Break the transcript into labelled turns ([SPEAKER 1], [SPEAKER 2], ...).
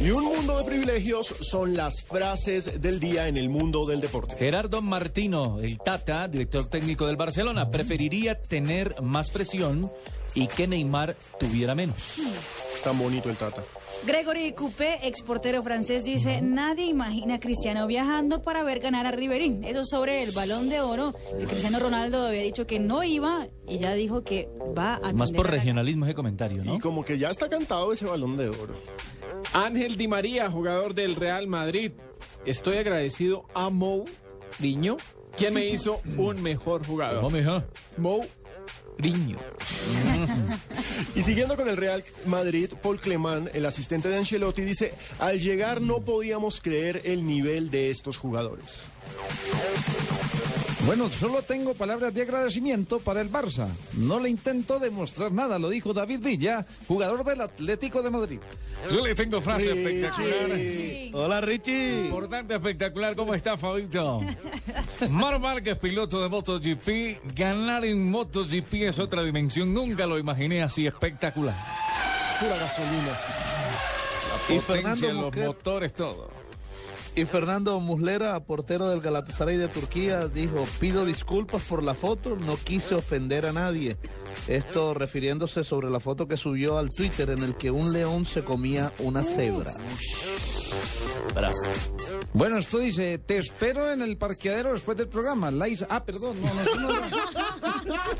[SPEAKER 1] Y un mundo de privilegios son las frases del día en el mundo del deporte.
[SPEAKER 2] Gerardo Martino, el Tata, director técnico del Barcelona, preferiría tener más presión y que Neymar tuviera menos.
[SPEAKER 1] Tan bonito el Tata.
[SPEAKER 3] Gregory Coupé, exportero francés, dice, nadie imagina a Cristiano viajando para ver ganar a Riverín. Eso sobre el balón de oro, que Cristiano Ronaldo había dicho que no iba y ya dijo que va a...
[SPEAKER 2] Más por
[SPEAKER 3] atender a la-
[SPEAKER 2] regionalismo ese comentario, ¿no?
[SPEAKER 1] Y como que ya está cantado ese balón de oro.
[SPEAKER 4] Ángel Di María, jugador del Real Madrid. Estoy agradecido a Mou Riño, quien me hizo un mejor jugador.
[SPEAKER 2] Hombre, ¿eh?
[SPEAKER 4] Mou Riño.
[SPEAKER 1] Y siguiendo con el Real Madrid, Paul Clemán, el asistente de Ancelotti, dice, al llegar no podíamos creer el nivel de estos jugadores.
[SPEAKER 5] Bueno, solo tengo palabras de agradecimiento para el Barça. No le intento demostrar nada, lo dijo David Villa, jugador del Atlético de Madrid.
[SPEAKER 2] Yo le tengo frase espectacular.
[SPEAKER 1] Hola Richie.
[SPEAKER 2] Importante, espectacular. ¿Cómo está, Fabito? Mar Márquez, piloto de MotoGP. Ganar en MotoGP es otra dimensión. Nunca lo imaginé así espectacular.
[SPEAKER 1] Pura gasolina.
[SPEAKER 2] Y Potencia, los motores, todo.
[SPEAKER 6] Y Fernando Muslera, portero del Galatasaray de Turquía, dijo, pido disculpas por la foto, no quise ofender a nadie. Esto refiriéndose sobre la foto que subió al Twitter en el que un león se comía una cebra.
[SPEAKER 5] Bueno, esto dice, te espero en el parqueadero después del programa. Lais, ah, perdón, no, no, no, no.